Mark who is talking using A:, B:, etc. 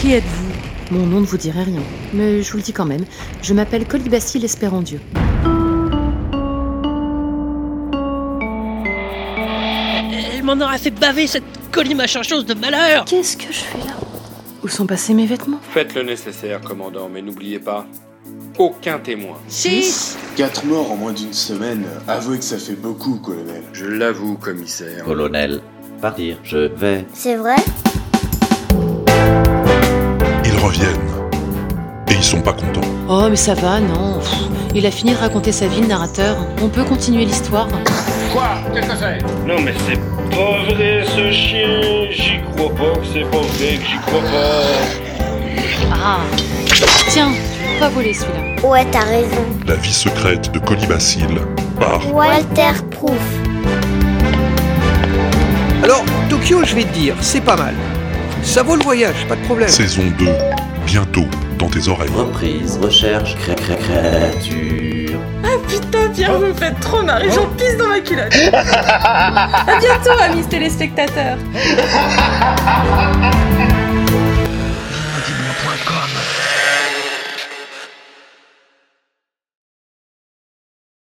A: Qui êtes-vous
B: Mon nom ne vous dirait rien, mais je vous le dis quand même. Je m'appelle Colibacille Espérant-Dieu.
C: Elle m'en aura fait baver cette collimachin chose de malheur
D: Qu'est-ce que je fais là
B: Où sont passés mes vêtements
E: Faites le nécessaire, commandant, mais n'oubliez pas, aucun témoin.
C: Chiche
F: Quatre morts en moins d'une semaine, avouez que ça fait beaucoup, colonel.
E: Je l'avoue, commissaire.
G: Colonel, partir, je vais.
H: C'est vrai
I: Ils reviennent. Et ils sont pas contents.
B: Oh, mais ça va, non. Pff, Il a fini de raconter sa vie, le narrateur. On peut continuer l'histoire.
J: Quoi Qu'est-ce que c'est
K: Non mais c'est pas vrai ce chien, j'y crois pas que c'est pas vrai que j'y crois pas.
B: Ah Tiens, je peux pas voler celui-là.
H: Ouais, t'as raison.
I: La vie secrète de Colibacille par
H: Walter Proof.
L: Alors, Tokyo, je vais te dire, c'est pas mal. Ça vaut le voyage, pas de problème.
I: saison 2. Bientôt dans tes oreilles.
G: Reprise, recherche, cré cré créature.
M: Putain, Pierre, vous me faites trop marrer, j'en pisse dans ma culotte. à bientôt, amis téléspectateurs.